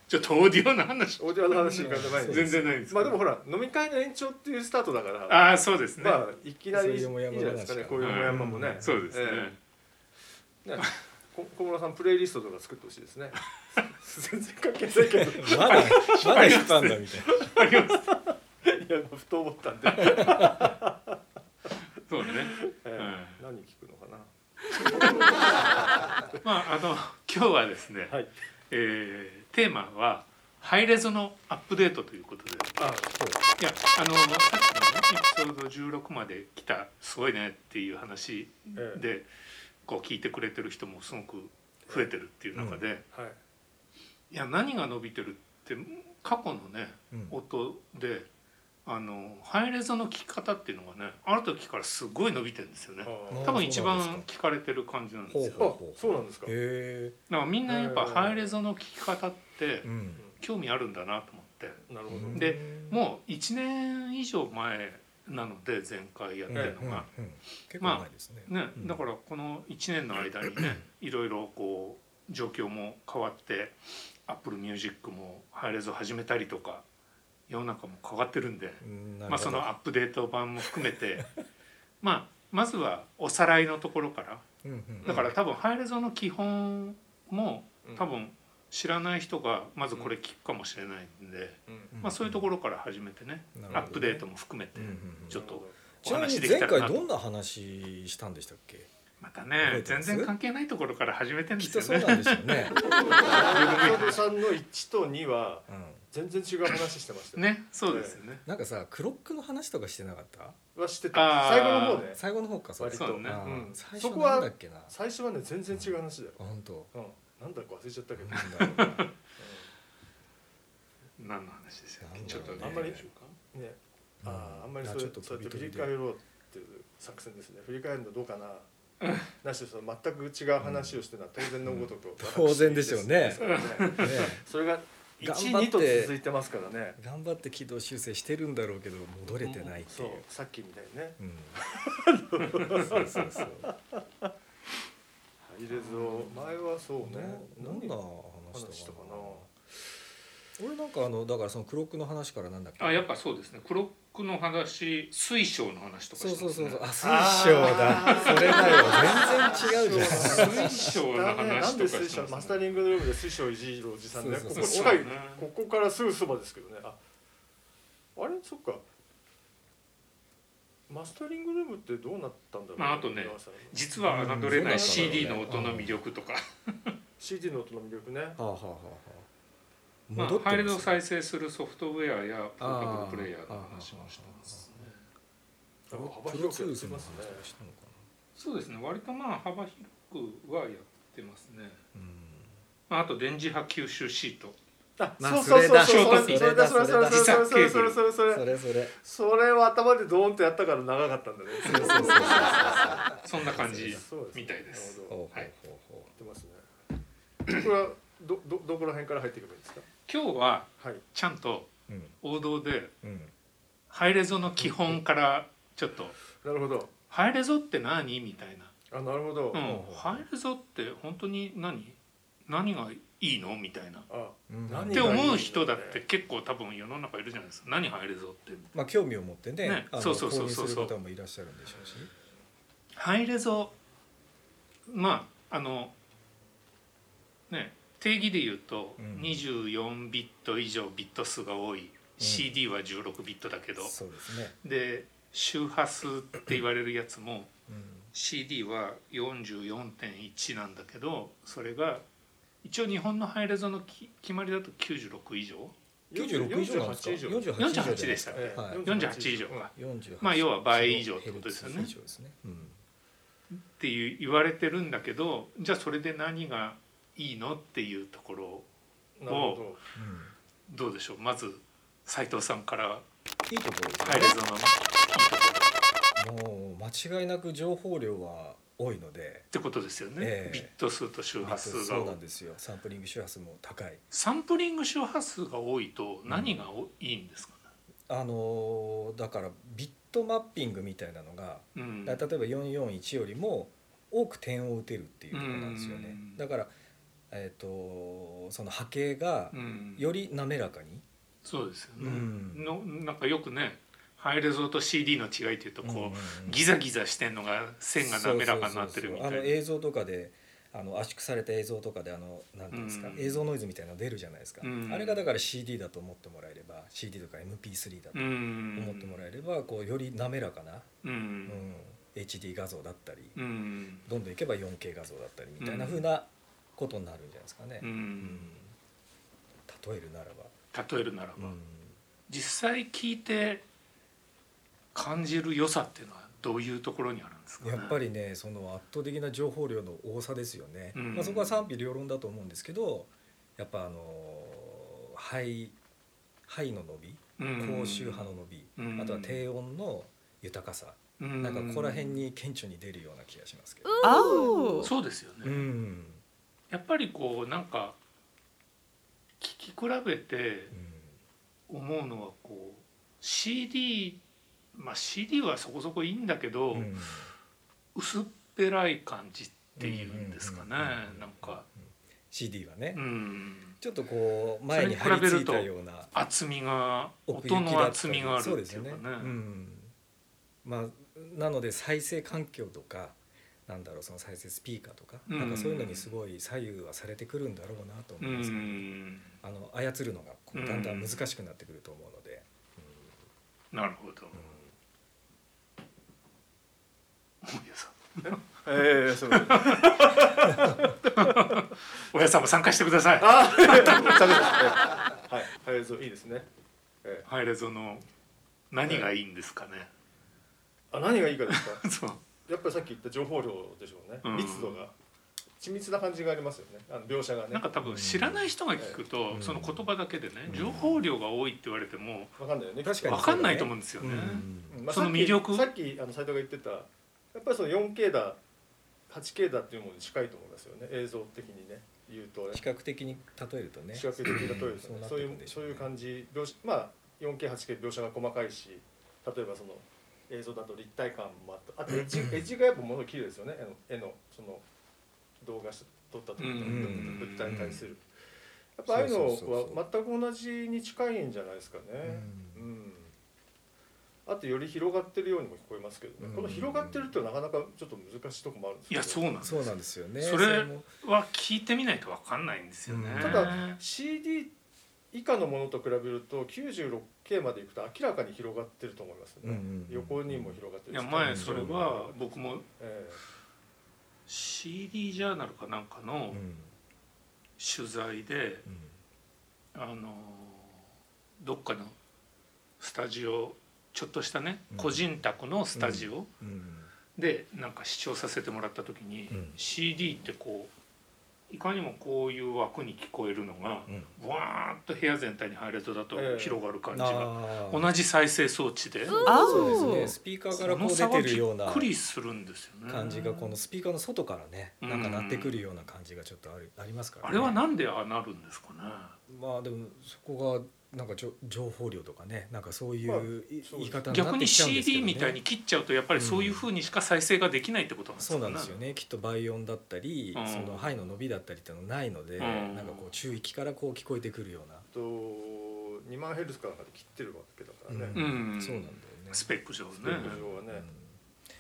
[SPEAKER 5] ちょっとオーディオの話
[SPEAKER 2] オーディオの話に行かないんで
[SPEAKER 5] 全然ないんです
[SPEAKER 2] まあでもほら飲み会の延長っていうスタートだから
[SPEAKER 5] ああそうですね、
[SPEAKER 2] まあいきなりいいじゃ
[SPEAKER 4] そう
[SPEAKER 2] ない
[SPEAKER 4] いう
[SPEAKER 2] ですかねこう
[SPEAKER 5] も
[SPEAKER 2] いう
[SPEAKER 5] や
[SPEAKER 2] も
[SPEAKER 5] も
[SPEAKER 2] や
[SPEAKER 5] や
[SPEAKER 2] も
[SPEAKER 4] も
[SPEAKER 2] もね
[SPEAKER 4] うん
[SPEAKER 5] そうですね、
[SPEAKER 2] ええねこ小室さんプレイリストとか作ってほしいですね <laughs> 全然関係ないけど
[SPEAKER 4] うんまだまだ引っ張んだみたい
[SPEAKER 2] いやふと思った
[SPEAKER 5] <laughs>
[SPEAKER 2] んで、
[SPEAKER 5] そうね、
[SPEAKER 2] ええ
[SPEAKER 5] う
[SPEAKER 2] 何聞くのかな
[SPEAKER 5] ん、まああの今日はですね、
[SPEAKER 2] はい
[SPEAKER 5] えーテーマはハイレゾのアップデートということで
[SPEAKER 2] あ
[SPEAKER 5] いやあのさっきのねエピソード16まで来たすごいねっていう話
[SPEAKER 2] ええ
[SPEAKER 5] で、こう聞いてくれてる人もすごく増えてるっていう中で、
[SPEAKER 2] はい
[SPEAKER 5] いや何が伸びてるって過去のね
[SPEAKER 4] なうん
[SPEAKER 5] 音であのハイレゾの聞き方っていうのがねある時からすごい伸びてるんですよね
[SPEAKER 2] あー
[SPEAKER 5] 多分一
[SPEAKER 4] そうなん
[SPEAKER 5] 番
[SPEAKER 4] で
[SPEAKER 5] 聞かれてる感じなんですよ
[SPEAKER 4] ほ
[SPEAKER 2] あそうなんですか
[SPEAKER 4] へえ
[SPEAKER 5] だからみんなやっぱ
[SPEAKER 2] へー
[SPEAKER 5] ハイレゾの聞き方って
[SPEAKER 4] うん
[SPEAKER 5] 興味あるんだなと思っって
[SPEAKER 2] なるほど、
[SPEAKER 4] うん
[SPEAKER 5] でもう1年以上前なので前回やってるのが、
[SPEAKER 4] うんうん結構前ですね。
[SPEAKER 5] ね
[SPEAKER 4] う、ん
[SPEAKER 5] だからこの1年の間に
[SPEAKER 2] <coughs>
[SPEAKER 5] ねいろいろこう状況も変わってアップルミュージックもハイレゾ始めたりとか世の中も変わってるんで、
[SPEAKER 4] うん
[SPEAKER 5] まあ、そのアップデート版も含めて <laughs> まあまずはおさらいのところからだから多分ハイレゾの基本も
[SPEAKER 2] うん
[SPEAKER 5] 多、分知らない人がまずこれ聞くかもしれないんで、
[SPEAKER 2] うん
[SPEAKER 5] まあ、そういうところから始めてね
[SPEAKER 4] なるほどね
[SPEAKER 5] アップデートも含めて
[SPEAKER 4] うんうんうん
[SPEAKER 5] ちょっとお
[SPEAKER 4] ちなみ
[SPEAKER 5] 話
[SPEAKER 4] に
[SPEAKER 5] でき
[SPEAKER 4] 前
[SPEAKER 5] た
[SPEAKER 4] 回
[SPEAKER 5] らな
[SPEAKER 4] どんな話したんでしたっけ？
[SPEAKER 5] またね
[SPEAKER 4] 覚えて
[SPEAKER 5] 全
[SPEAKER 4] ます
[SPEAKER 5] 然関係ないところから始めてるんで
[SPEAKER 4] きっ
[SPEAKER 5] す
[SPEAKER 4] と
[SPEAKER 5] よ
[SPEAKER 4] そうな
[SPEAKER 5] ね
[SPEAKER 4] んですよね。
[SPEAKER 2] <laughs> 山本さんの1と2は
[SPEAKER 4] うん
[SPEAKER 2] 全然違う話してましたよ
[SPEAKER 5] <laughs> ねそうですよね、
[SPEAKER 4] なんかさクロックの話とかしてなかった？
[SPEAKER 2] はして
[SPEAKER 5] あ
[SPEAKER 2] た
[SPEAKER 5] ー
[SPEAKER 2] 最後の方ね
[SPEAKER 4] 最後の方かそれ。
[SPEAKER 2] 割と
[SPEAKER 5] そうね
[SPEAKER 4] あー
[SPEAKER 2] うん
[SPEAKER 4] 最
[SPEAKER 2] そ
[SPEAKER 4] 初
[SPEAKER 2] こ
[SPEAKER 4] な
[SPEAKER 2] は
[SPEAKER 4] んだっけな。あ
[SPEAKER 2] 最初はね全然違う話だよ、
[SPEAKER 4] 本当。
[SPEAKER 2] うん、なんだか忘れちゃったけど、
[SPEAKER 4] なんだろうな
[SPEAKER 5] 何の話でしたっけ、
[SPEAKER 4] なんだ
[SPEAKER 5] ちょ
[SPEAKER 4] ろ
[SPEAKER 5] っ
[SPEAKER 4] う
[SPEAKER 5] と
[SPEAKER 4] ね
[SPEAKER 5] ね
[SPEAKER 2] あんまり
[SPEAKER 5] 大丈夫か
[SPEAKER 2] ね
[SPEAKER 4] うん
[SPEAKER 2] あーあんまり
[SPEAKER 4] じゃ
[SPEAKER 2] そ
[SPEAKER 4] あちょ
[SPEAKER 2] れちょ
[SPEAKER 4] っ
[SPEAKER 2] っ
[SPEAKER 4] と
[SPEAKER 2] と
[SPEAKER 4] 飛び
[SPEAKER 2] 振
[SPEAKER 4] 飛
[SPEAKER 2] り
[SPEAKER 4] び
[SPEAKER 2] 返
[SPEAKER 4] で。
[SPEAKER 2] ろうっていう作戦ですね振り返るのどうかななしでその全く違う話をしてるのは当然のごとく、私
[SPEAKER 4] 当然ですよね
[SPEAKER 2] すからね
[SPEAKER 5] <laughs>
[SPEAKER 4] ね
[SPEAKER 2] それが
[SPEAKER 4] 頑張って
[SPEAKER 2] 12と続いてますからね
[SPEAKER 4] 頑張って軌道修正してるんだろうけど戻れてないってい
[SPEAKER 2] そうう。さっきみたいにね
[SPEAKER 5] <laughs>
[SPEAKER 4] うんそうそうそう。
[SPEAKER 2] ハイレゾ前はそうね
[SPEAKER 4] ね、どんな話
[SPEAKER 2] 話
[SPEAKER 4] し
[SPEAKER 2] したた
[SPEAKER 4] か
[SPEAKER 2] か
[SPEAKER 4] な
[SPEAKER 2] な。
[SPEAKER 4] 俺なんかあのだからその黒クの話からなんだっけ。
[SPEAKER 5] あやっぱそうですねクロックの話水晶の話とか
[SPEAKER 4] そう
[SPEAKER 5] して
[SPEAKER 4] そうそ
[SPEAKER 5] ますね
[SPEAKER 4] うそう。あ水晶だ。それだよ。全然違うじゃん。
[SPEAKER 5] 水晶の
[SPEAKER 2] だね、な
[SPEAKER 5] 話
[SPEAKER 2] ん
[SPEAKER 5] とか
[SPEAKER 2] で
[SPEAKER 5] して
[SPEAKER 2] 水晶
[SPEAKER 5] ますね
[SPEAKER 2] マスタリングのームで水晶をいじるおじさんね
[SPEAKER 4] そう
[SPEAKER 2] こ
[SPEAKER 4] そ
[SPEAKER 2] こ
[SPEAKER 4] う
[SPEAKER 5] そう
[SPEAKER 2] 近い
[SPEAKER 5] そうね
[SPEAKER 2] ここからすぐそばですけどねああれそっかマスタリングルームってどうなったんだろう、
[SPEAKER 5] まああとね
[SPEAKER 2] 山下さん
[SPEAKER 5] 実は侮れな
[SPEAKER 4] う
[SPEAKER 5] い
[SPEAKER 4] ん
[SPEAKER 5] CD の音の魅力とか、
[SPEAKER 2] CD の音の魅力ね
[SPEAKER 4] はあはあはあはあ。
[SPEAKER 5] まあ、
[SPEAKER 4] 戻って
[SPEAKER 5] ハイレ
[SPEAKER 4] ま
[SPEAKER 5] ドを
[SPEAKER 4] すね
[SPEAKER 5] 再生するソフトウェアやポータブルプレイヤーの話もしてますね
[SPEAKER 2] 幅広くやってますね
[SPEAKER 4] したのか
[SPEAKER 5] そうですね割とまあ幅広くはやってますね、
[SPEAKER 4] な。
[SPEAKER 5] まあ、あと電磁波吸収シート
[SPEAKER 2] あ
[SPEAKER 4] まあ
[SPEAKER 2] そうそう
[SPEAKER 4] それ
[SPEAKER 2] そう
[SPEAKER 4] だ
[SPEAKER 2] そう
[SPEAKER 4] ショート
[SPEAKER 2] それだそれ
[SPEAKER 4] それだ
[SPEAKER 2] だそれだそれだそれだそれだそれ
[SPEAKER 4] そ
[SPEAKER 2] だ
[SPEAKER 4] れそれ。
[SPEAKER 2] それは頭でドーンとやったから長かったんだね
[SPEAKER 4] そうそうそうそう
[SPEAKER 5] そんな感じ
[SPEAKER 2] そうですね
[SPEAKER 5] みたいです
[SPEAKER 2] なるほど
[SPEAKER 4] ほうほう
[SPEAKER 5] はい
[SPEAKER 4] ほうほ
[SPEAKER 2] やってますねこれはどどどこら辺から入っていけばいいんですか
[SPEAKER 5] 今日は
[SPEAKER 2] はい
[SPEAKER 5] ちゃんと
[SPEAKER 4] う。うん
[SPEAKER 5] 王道で
[SPEAKER 4] うん。
[SPEAKER 5] ハイレゾの基本からちょっと
[SPEAKER 2] なるほど
[SPEAKER 5] 「ハイレゾって何?」みたいな
[SPEAKER 2] あなるほど、
[SPEAKER 5] 「う
[SPEAKER 2] あ
[SPEAKER 5] ん、ハイレゾって本当に何何がいいの?」みたいな。
[SPEAKER 4] うん
[SPEAKER 2] 何
[SPEAKER 5] って思う人だって結構多分世の中いるじゃないですか何入れぞって
[SPEAKER 4] まあ興味を持ってね
[SPEAKER 5] ね、
[SPEAKER 4] あの
[SPEAKER 5] そうそうそうそう
[SPEAKER 4] 購入する方もいらっしゃるんでしょうし。
[SPEAKER 5] 入れぞまああのね定義で言うと
[SPEAKER 4] うん
[SPEAKER 5] 24ビット以上ビット数が多い、CD は16ビットだけど
[SPEAKER 4] そうですね。
[SPEAKER 5] で周波数って言われるやつも
[SPEAKER 4] うん。
[SPEAKER 5] CD は44.1なんだけどそれが一応日本のハイレゾのき決まりだと96以上
[SPEAKER 4] 九十六以上なんですか。
[SPEAKER 2] 48以上
[SPEAKER 4] 四十八
[SPEAKER 5] 48でしたっ
[SPEAKER 2] ええ
[SPEAKER 4] はい
[SPEAKER 5] 48以上か
[SPEAKER 4] 四十八。
[SPEAKER 5] まあ要は倍以上ってことですよね
[SPEAKER 4] ヘルツ以上ですね。うん。
[SPEAKER 5] っていう言われてるんだけどじゃあそれで何がいいのっていうところを
[SPEAKER 2] なるほ
[SPEAKER 4] うん
[SPEAKER 5] どうでしょうまず斉藤さんから
[SPEAKER 4] いいところですね
[SPEAKER 5] ハイレゾのいいとこ
[SPEAKER 4] もう間違いなく情報量は多いので
[SPEAKER 5] ってことですよね、
[SPEAKER 4] ええ
[SPEAKER 5] ビット数と周波数が
[SPEAKER 4] そうなんですよサンプリング周波数も高い
[SPEAKER 5] サンプリング周波数が多いと何がおいいんですかね、
[SPEAKER 4] あのーだからビットマッピングみたいなのが、
[SPEAKER 5] うん
[SPEAKER 4] だから例えば441よりも多く点を打てるっていうところなんですよね、
[SPEAKER 5] うん
[SPEAKER 4] だから、えー、とその波形が
[SPEAKER 5] うん
[SPEAKER 4] より滑らかに、
[SPEAKER 5] そうですよね、
[SPEAKER 4] うん
[SPEAKER 5] のなんかよくねハイレゾと CD の違いっていうとこう、
[SPEAKER 4] うんうんうん
[SPEAKER 5] ギザギザしてんのが線が滑らかになってる
[SPEAKER 4] そうそうそ
[SPEAKER 5] みたい
[SPEAKER 4] うそうあの
[SPEAKER 5] な
[SPEAKER 4] 映像とかであの圧縮された映像とかであのなんていうんですか、
[SPEAKER 5] うん
[SPEAKER 4] 映像ノイズみたいなの出るじゃないですか、
[SPEAKER 5] うん
[SPEAKER 4] あれがだから CD だと思ってもらえれば CD とか MP3 だと
[SPEAKER 5] うん
[SPEAKER 4] 思ってもらえればこうより滑らかな、
[SPEAKER 5] う
[SPEAKER 4] うんん、HD 画像だったり
[SPEAKER 5] うん
[SPEAKER 4] どんどんいけば 4K 画像だったりみたいな風なことになるんじゃないですかね、
[SPEAKER 5] う
[SPEAKER 4] うんん例えるならば、
[SPEAKER 5] 例えるならば、
[SPEAKER 4] うん
[SPEAKER 5] 実際聞いて感じる良さっていうのはどういうところにあるんですか、ね、
[SPEAKER 4] やっぱりねその圧倒的な情報量の多さですよね、
[SPEAKER 5] うん
[SPEAKER 4] まあ、そこは賛否両論だと思うんですけどやっぱあの肺肺の伸び高周波の伸び、
[SPEAKER 5] うん
[SPEAKER 4] あとは低音の豊かさ、
[SPEAKER 5] うん
[SPEAKER 4] なんかここら辺に顕著に出るような気がしますけど、
[SPEAKER 3] Oh.
[SPEAKER 5] そうですよね、
[SPEAKER 4] うん
[SPEAKER 5] やっぱりこうなんか聞き比べて
[SPEAKER 4] うん
[SPEAKER 5] 思うのはこう CD まあ CD はそこそこいいんだけど、
[SPEAKER 4] うん
[SPEAKER 5] 薄っぺらい感じっていうんですかね、
[SPEAKER 4] うんうんうんうん
[SPEAKER 5] なんか、
[SPEAKER 4] CD はね、
[SPEAKER 5] うん、
[SPEAKER 4] ちょっとこう前に張り付いたような
[SPEAKER 5] 厚みが
[SPEAKER 4] 奥行
[SPEAKER 5] 音
[SPEAKER 4] きだ
[SPEAKER 5] の
[SPEAKER 4] ったり
[SPEAKER 5] 厚みがある
[SPEAKER 4] そう
[SPEAKER 5] っ
[SPEAKER 4] で
[SPEAKER 5] て
[SPEAKER 4] す
[SPEAKER 5] いう
[SPEAKER 4] よ
[SPEAKER 5] か
[SPEAKER 4] ね
[SPEAKER 5] ね
[SPEAKER 4] うんまあ、なので再生環境とかなんだろうその再生スピーカーとか,、
[SPEAKER 5] うん
[SPEAKER 4] なんかそういうのにすごい左右はされてくるんだろうなと
[SPEAKER 5] う
[SPEAKER 4] 思います、
[SPEAKER 5] ん
[SPEAKER 4] あの操るのがこ
[SPEAKER 5] うん
[SPEAKER 4] うだんだん難しくなってくると思うので、
[SPEAKER 5] なるほ
[SPEAKER 4] う
[SPEAKER 5] ど
[SPEAKER 4] ん
[SPEAKER 5] 大家さん
[SPEAKER 2] ええ <laughs> そうです。あ
[SPEAKER 5] 大家さんも参加してください
[SPEAKER 2] あ、ちゃんとはい、はい、はいそういいですね。え
[SPEAKER 5] ハイレゾの何がいいんですかね、
[SPEAKER 2] えあ、何がいいかですか。
[SPEAKER 5] そう
[SPEAKER 2] やっぱりさっき言った情報量でしょうね
[SPEAKER 5] うん。
[SPEAKER 2] 密度が緻密な感じがありますよね。あの描写がね
[SPEAKER 5] なん。か多分知らない人が聞くと、
[SPEAKER 4] うん
[SPEAKER 5] その言葉だけでね、
[SPEAKER 4] ん
[SPEAKER 5] 情報量が多いって言われても
[SPEAKER 2] わかんないよね。
[SPEAKER 4] 確かに
[SPEAKER 5] 分かんないと思うんですよね。
[SPEAKER 2] うんまあ
[SPEAKER 5] その魅力
[SPEAKER 2] さっきさっきあの斉藤が言ってた、やっぱりその 4K だ、8K だっていうものに近いと思いますよね。映像的にね、言うとね
[SPEAKER 4] 比。較的に例えるとね
[SPEAKER 2] 視覚的なというですね
[SPEAKER 4] うん
[SPEAKER 2] そうい
[SPEAKER 4] そうなってくる
[SPEAKER 2] う
[SPEAKER 4] んでしょ
[SPEAKER 2] そう
[SPEAKER 4] うね
[SPEAKER 2] いう感じ描写まあ 4K8K 描写が細かいし例えばその映像だと立体感もあったあとエッジエッジがやっぱもの綺麗ですよね絵の絵のその動画し撮った時の
[SPEAKER 5] うん
[SPEAKER 2] 物体に対するやっぱああいうの
[SPEAKER 4] そうそうそうそ
[SPEAKER 2] は
[SPEAKER 4] う
[SPEAKER 2] 全く同じに近いんじゃないですかね
[SPEAKER 4] う
[SPEAKER 2] うんあとより広がってるようにも聞こえますけど
[SPEAKER 4] う
[SPEAKER 2] ね
[SPEAKER 4] ん
[SPEAKER 2] この広がってるってなかなかちょっと難しいとこもあるんです
[SPEAKER 5] い
[SPEAKER 2] け
[SPEAKER 5] や
[SPEAKER 2] ど
[SPEAKER 5] そうなんです
[SPEAKER 4] そうなんですよね
[SPEAKER 5] それ
[SPEAKER 4] も
[SPEAKER 5] は聞いてみないと分かんないんですよね。
[SPEAKER 4] うん
[SPEAKER 2] ただ CD 以下のものと比べると 96K までいくと明らかに広がってると思いますね、
[SPEAKER 4] うんうんうん
[SPEAKER 2] 横にも広がって
[SPEAKER 5] い
[SPEAKER 2] る
[SPEAKER 5] や
[SPEAKER 2] し
[SPEAKER 5] 前それは僕も
[SPEAKER 2] え
[SPEAKER 5] CD ジャーナルかなんか
[SPEAKER 4] う
[SPEAKER 5] の
[SPEAKER 4] ん
[SPEAKER 5] 取材で、
[SPEAKER 4] うん
[SPEAKER 5] あのどっかのスタジオちょっとしたね、
[SPEAKER 4] うん
[SPEAKER 5] 個人宅のスタジオ
[SPEAKER 4] うん
[SPEAKER 5] でなんか視聴させてもらった時に、
[SPEAKER 4] うん
[SPEAKER 5] CD ってこういかにもこういう枠に聞こえるのが
[SPEAKER 4] う、ん
[SPEAKER 5] わーっと部屋全体に入るとだと
[SPEAKER 2] ええ
[SPEAKER 5] 広がる感じが、
[SPEAKER 4] あー
[SPEAKER 5] 同じ再生装置で、
[SPEAKER 3] あ
[SPEAKER 4] そうですね
[SPEAKER 3] ー
[SPEAKER 4] スピーカー
[SPEAKER 5] こ
[SPEAKER 4] からこ
[SPEAKER 5] の
[SPEAKER 4] う
[SPEAKER 5] 差
[SPEAKER 4] 出
[SPEAKER 5] が
[SPEAKER 4] て
[SPEAKER 5] び
[SPEAKER 4] るような
[SPEAKER 5] っくりするんですよね。
[SPEAKER 4] 感じがこのスピーカーの外からね
[SPEAKER 5] うん
[SPEAKER 4] なんか鳴ってくるような感じがちょっとあるありますから、ね、
[SPEAKER 5] あれはなんでああなるんですかね。
[SPEAKER 4] まあでもそこがなんかじょ情報量とかねなんかそうい
[SPEAKER 2] まあ
[SPEAKER 4] うい
[SPEAKER 2] そう
[SPEAKER 4] 言い方にな
[SPEAKER 5] 逆
[SPEAKER 4] って
[SPEAKER 5] に
[SPEAKER 4] きちゃうんですけど、ね
[SPEAKER 5] CD みたいに切っちゃうとやっぱりそういう風にしか再生ができないってことなんですか
[SPEAKER 4] そう
[SPEAKER 5] ね。
[SPEAKER 4] なんですよねきっと倍音だったり、
[SPEAKER 5] うん
[SPEAKER 4] その肺の伸びだったりっていうのないので、
[SPEAKER 5] うん
[SPEAKER 4] なんかこう中域からこう聞こえてくるような、
[SPEAKER 2] ーと2万ヘルツかなんかで切ってるわけだからね、
[SPEAKER 5] うん
[SPEAKER 4] そうなんだよね
[SPEAKER 5] スペック上ね。
[SPEAKER 2] スペック上は
[SPEAKER 4] うん
[SPEAKER 2] ね、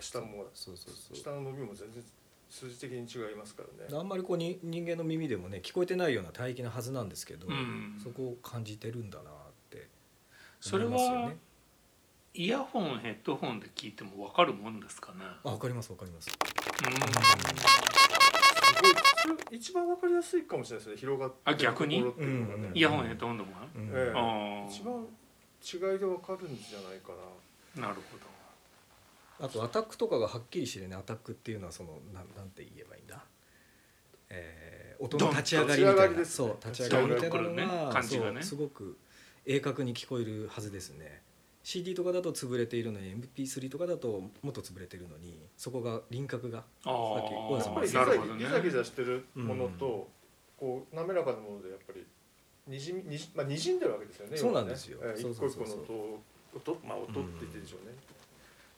[SPEAKER 2] 下も
[SPEAKER 4] そうそうそう
[SPEAKER 2] 下の伸びも全然数字的に違いますからね
[SPEAKER 4] あんまりこうに人間の耳でもね聞こえてないような帯域のはずなんですけど、
[SPEAKER 5] うん
[SPEAKER 4] そこを感じてるんだなって
[SPEAKER 5] そ
[SPEAKER 4] 思い
[SPEAKER 5] れ
[SPEAKER 4] ますよ
[SPEAKER 5] は
[SPEAKER 4] ね。
[SPEAKER 5] イヤホンヘッドホンで聞いてもわかるもんですかね。
[SPEAKER 4] あわかりますわかります。
[SPEAKER 5] うん
[SPEAKER 2] すごいそれ一番わかりやすいかもしれないですね広がって
[SPEAKER 5] あ
[SPEAKER 2] るとこ
[SPEAKER 5] 逆に
[SPEAKER 2] ろっていうのがね、
[SPEAKER 4] うん
[SPEAKER 5] イヤホンヘッドホンでもある。
[SPEAKER 4] うん
[SPEAKER 2] ええ
[SPEAKER 5] あー
[SPEAKER 2] 一番違いでわかるんじゃないかな
[SPEAKER 5] なるほ
[SPEAKER 4] あとアタックとかがはっきりしてるねアタックっていうのはそのなんなんて言えばいいんだ、えー、音の立ち上がりみ
[SPEAKER 2] ド
[SPEAKER 4] た
[SPEAKER 2] ン
[SPEAKER 4] い
[SPEAKER 2] と
[SPEAKER 4] な、そう立
[SPEAKER 2] 立
[SPEAKER 4] ち
[SPEAKER 2] ち
[SPEAKER 4] 上が
[SPEAKER 2] 上が
[SPEAKER 4] り
[SPEAKER 2] り
[SPEAKER 4] みたいなの
[SPEAKER 5] ね
[SPEAKER 4] が、
[SPEAKER 5] 感じ
[SPEAKER 4] そ
[SPEAKER 5] がね
[SPEAKER 4] うすごく鋭角に聞こえるはずですね CD とかだと潰れているのに MP3 とかだともっと潰れているのにそこが輪郭がさっき大家さん
[SPEAKER 5] ど。
[SPEAKER 4] も
[SPEAKER 5] あ
[SPEAKER 4] お
[SPEAKER 5] あ
[SPEAKER 4] っ
[SPEAKER 5] ー、
[SPEAKER 4] し
[SPEAKER 2] や
[SPEAKER 5] な
[SPEAKER 2] っぱ
[SPEAKER 5] る
[SPEAKER 2] り
[SPEAKER 5] ほど
[SPEAKER 2] ギ
[SPEAKER 5] ね
[SPEAKER 2] ザ。ギザしてるものと、こう滑らかなものでやっぱりにじみにじまあにじんでるわけですよね。
[SPEAKER 4] そうなんですよ
[SPEAKER 2] 要はねえー
[SPEAKER 4] そう
[SPEAKER 2] 一
[SPEAKER 4] そ
[SPEAKER 2] 個
[SPEAKER 4] う
[SPEAKER 2] 一
[SPEAKER 4] そう
[SPEAKER 2] 個の
[SPEAKER 4] そう
[SPEAKER 2] 音音まあ音って言ってるでしょうね。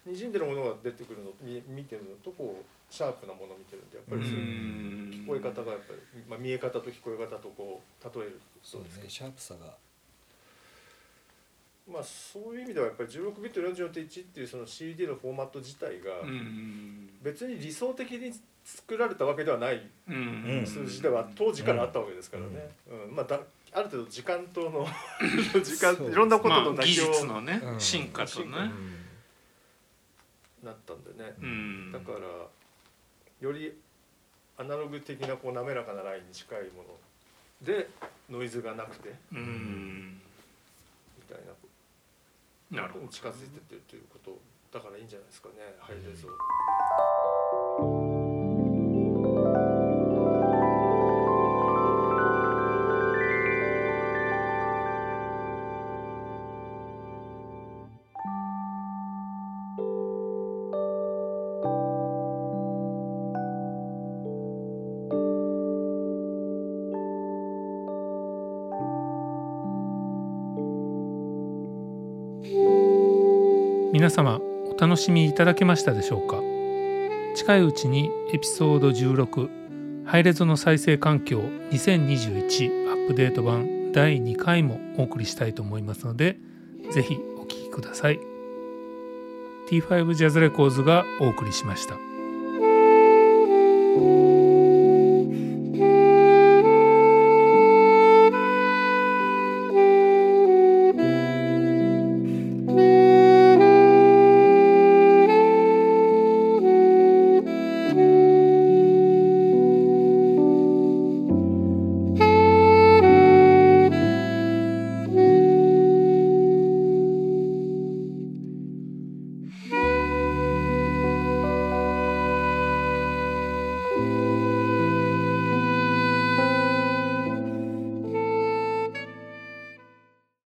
[SPEAKER 2] にじんでるものが出てくるのみ見てるのとこうシャープなものを見てるんでやっぱりそうい
[SPEAKER 5] う
[SPEAKER 2] うん聞こえ方がやっぱり、まあ見え方と聞こえ方とこう例えると
[SPEAKER 4] そうですねシャープさが
[SPEAKER 2] まあそういう意味ではやっぱり16ビット44.1っていうその CD のフォーマット自体が
[SPEAKER 5] うん
[SPEAKER 2] 別に理想的に作られたわけではない
[SPEAKER 5] うん
[SPEAKER 2] 数字では当時からあったわけですからね、うんまあ、だある程度時間との時間
[SPEAKER 4] そう
[SPEAKER 2] いろんなこと
[SPEAKER 5] ま
[SPEAKER 2] の
[SPEAKER 5] あ、技
[SPEAKER 2] 妥協
[SPEAKER 5] 術のね、
[SPEAKER 4] うん
[SPEAKER 5] 進化
[SPEAKER 2] 進、
[SPEAKER 5] とね
[SPEAKER 4] う
[SPEAKER 2] 化
[SPEAKER 4] ん
[SPEAKER 2] になったんでね、
[SPEAKER 5] うん、
[SPEAKER 2] だからよりアナログ的なこう滑らかなラインに近いものでノイズがなくて
[SPEAKER 5] うん
[SPEAKER 2] みたいな
[SPEAKER 5] なるほど
[SPEAKER 2] 近づいてってるということだからいいんじゃないですかねハイレゾ
[SPEAKER 1] 皆様お楽しみいただけましたでしょうか近いうちにエピソード16ハイレゾの再生環境2021アップデート版第2回もお送りしたいと思いますのでぜひお聴きください T5 ジャズレコーズがお送りしました